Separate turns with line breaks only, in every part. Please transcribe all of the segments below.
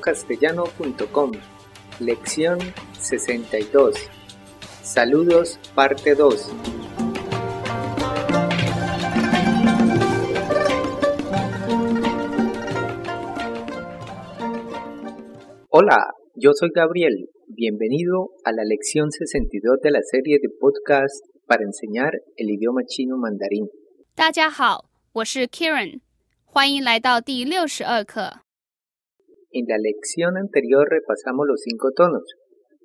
chinocastellano.com Lección 62 Saludos parte 2 Hola, yo soy Gabriel. Bienvenido a la lección 62 de la serie de podcast para enseñar el idioma chino mandarín.
大家好，我是 Kieran，欢迎来到第六十二课。
En la lección anterior repasamos los cinco tonos.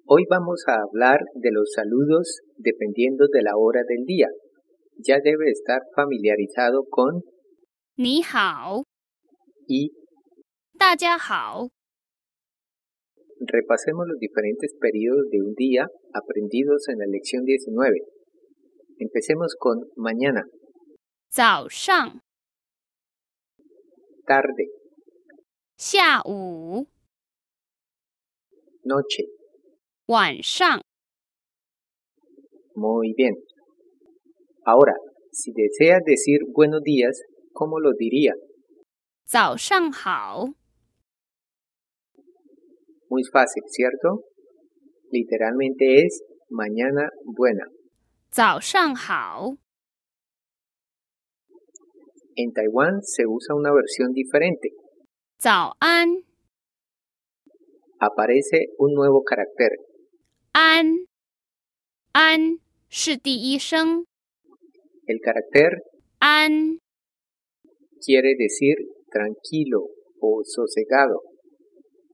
Hoy vamos a hablar de los saludos dependiendo de la hora del día. Ya debe estar familiarizado con
你好，
y
大家好，
repasemos los diferentes periodos de un día aprendidos en la lección 19. Empecemos con mañana,
早上、
tarde,
下午、
noche.
晚上。
Muy bien. Ahora, si deseas decir buenos días, ¿cómo lo diría?
早上好，
Muy fácil, ¿cierto? Literalmente es mañana buena.
早上好，
En Taiwán se usa una versión diferente.
早安，
Aparece un nuevo carácter.
安，安是第一声，
El carácter
安
quiere decir tranquilo o sosegado.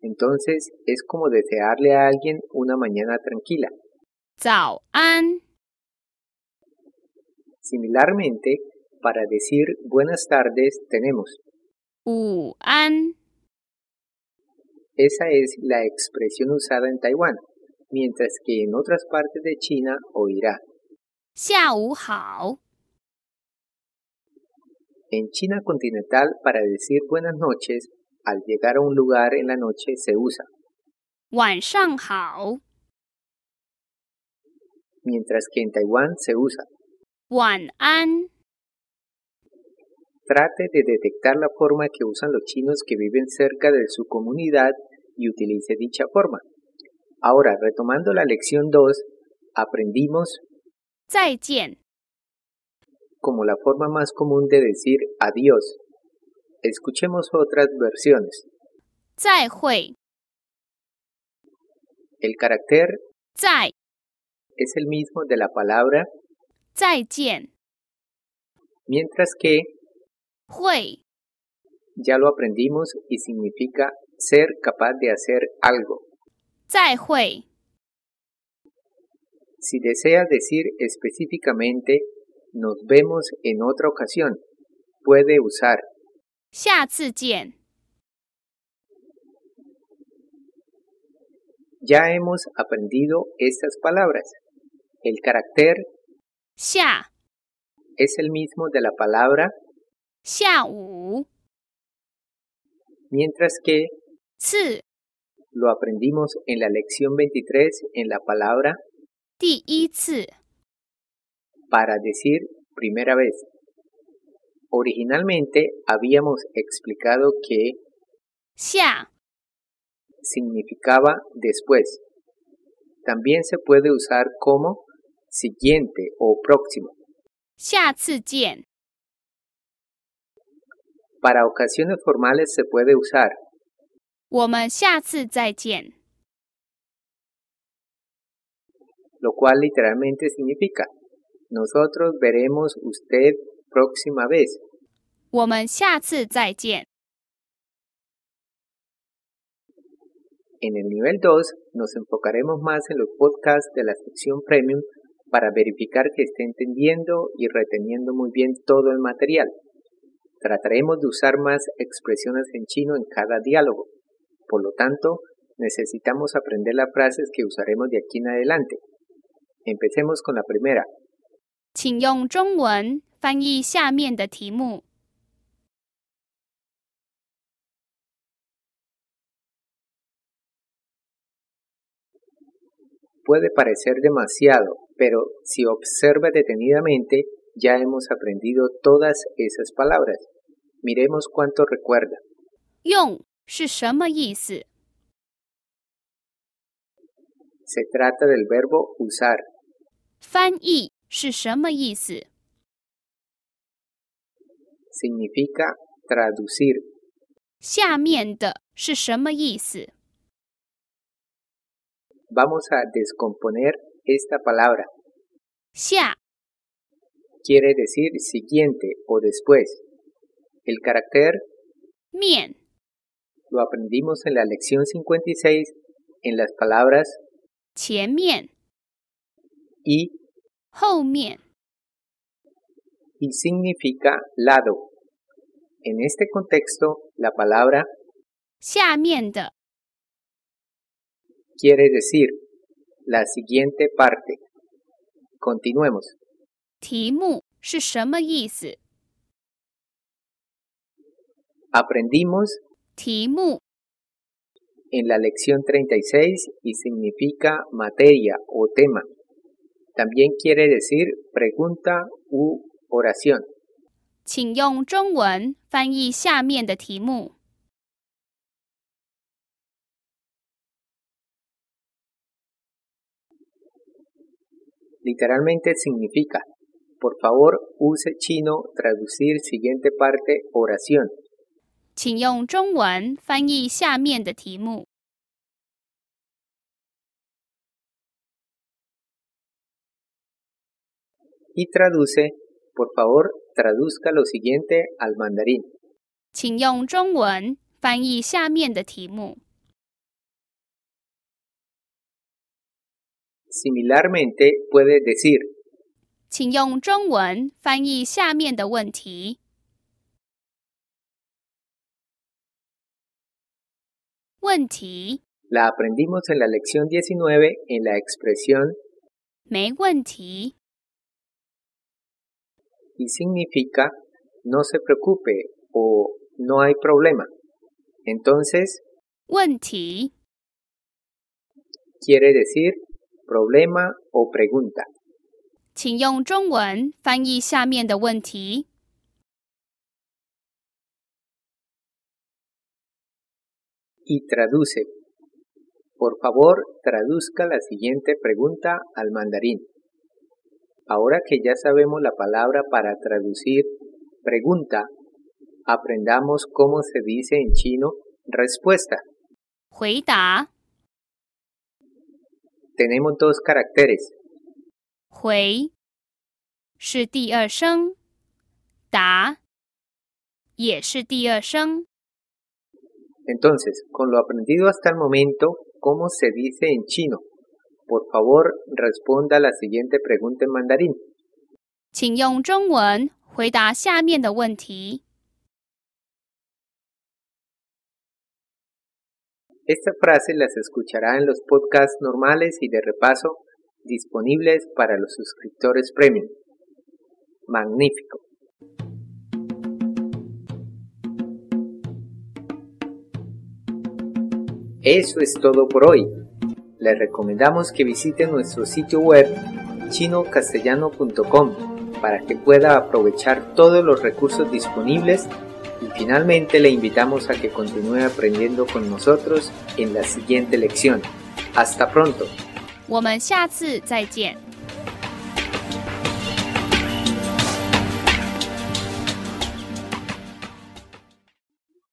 Entonces es como desearle a alguien una mañana tranquila.
早安，
Similarmente, para decir buenas tardes tenemos
午安，
Esa es la expresión usada en Taiwán, mientras que en otras partes de China oirá.
下午好，
En China continental, para decir buenas noches, al llegar a un lugar en la noche se usa,
晚上好，
mientras que en Taiwán se usa.
晚安，
Trate de detectar la forma que usan los chinos que viven cerca de su comunidad y utilice dicha forma. Ahora, retomando la lección 2, aprendimos
再见，
como la forma más común de decir adiós. Escuchemos otras versiones.
再会，
El carácter
再
es el mismo de la palabra,
再见，
mientras que
会
ya lo aprendimos y significa ser capaz de hacer algo.
再会，
Si deseas decir específicamente nos vemos en otra ocasión, puede usar
下次见，
ya hemos aprendido estas palabras. El carácter
下
es el mismo de la palabra,
下午
mientras que
次
lo aprendimos en la lección 23 en la palabra
第一次
para decir primera vez. Originalmente habíamos explicado que
下
significaba después. También se puede usar como siguiente o próximo.
下次见，
Para ocasiones formales se puede usar
我们下次再见，
lo cual literalmente significa nosotros veremos usted próxima vez.
我们下次再见，
En el nivel 2 nos enfocaremos más en los podcasts de la sección premium para verificar que esté entendiendo y reteniendo muy bien todo el material. Trataremos de usar más expresiones en chino en cada diálogo. Por lo tanto, necesitamos aprender las frases que usaremos de aquí en adelante. Empecemos con la primera.
请用中文翻译下面的题目。
Puede parecer demasiado, pero si observa detenidamente, ya hemos aprendido todas esas palabras. Miremos cuánto recuerda.
用是什么意思？
Se trata del verbo usar.
翻译是什么意思？
Significa traducir.
下面的是什么意思？
Vamos a descomponer esta palabra.
下
Quiere decir siguiente o después. El carácter
面
lo aprendimos en la lección 56 en las palabras
前面
y
后面
y significa lado. En este contexto, la palabra
下面的
quiere decir la siguiente parte. Continuemos.
题目是什么意思？
Aprendimos
题目
en la lección 36 y significa materia o tema. También quiere decir pregunta u oración.
请用中文翻译下面的题目。
Literalmente significa, por favor use chino traducir siguiente parte oración.
请用中文翻译下面的题目。
y traduce, por favor traduzca lo siguiente al mandarín.
请用中文翻译下面的题目。
Similarmente puede decir,
请用中文翻译下面的问题。问题
la aprendimos en la lección 19 en la expresión
没问题，
y significa no se preocupe o no hay problema. Entonces,
问题
quiere decir problema o pregunta.
请用中文翻译下面的问题。
y traduce. Por favor, traduzca la siguiente pregunta al mandarín. Ahora que ya sabemos la palabra para traducir pregunta, aprendamos cómo se dice en chino respuesta.
回答
Tenemos dos caracteres.
回是第二声，答也是第二声。
Entonces, con lo aprendido hasta el momento, ¿cómo se dice en chino? Por favor, responda la siguiente pregunta en mandarín.
请用中文回答下面的问题。
Esta frase las escuchará en los podcasts normales y de repaso disponibles para los suscriptores premium. Magnífico. Eso es todo por hoy. Les recomendamos que visiten nuestro sitio web chinocastellano.com para que pueda aprovechar todos los recursos disponibles y finalmente le invitamos a que continúe aprendiendo con nosotros en la siguiente lección. Hasta pronto.
我们下次再见。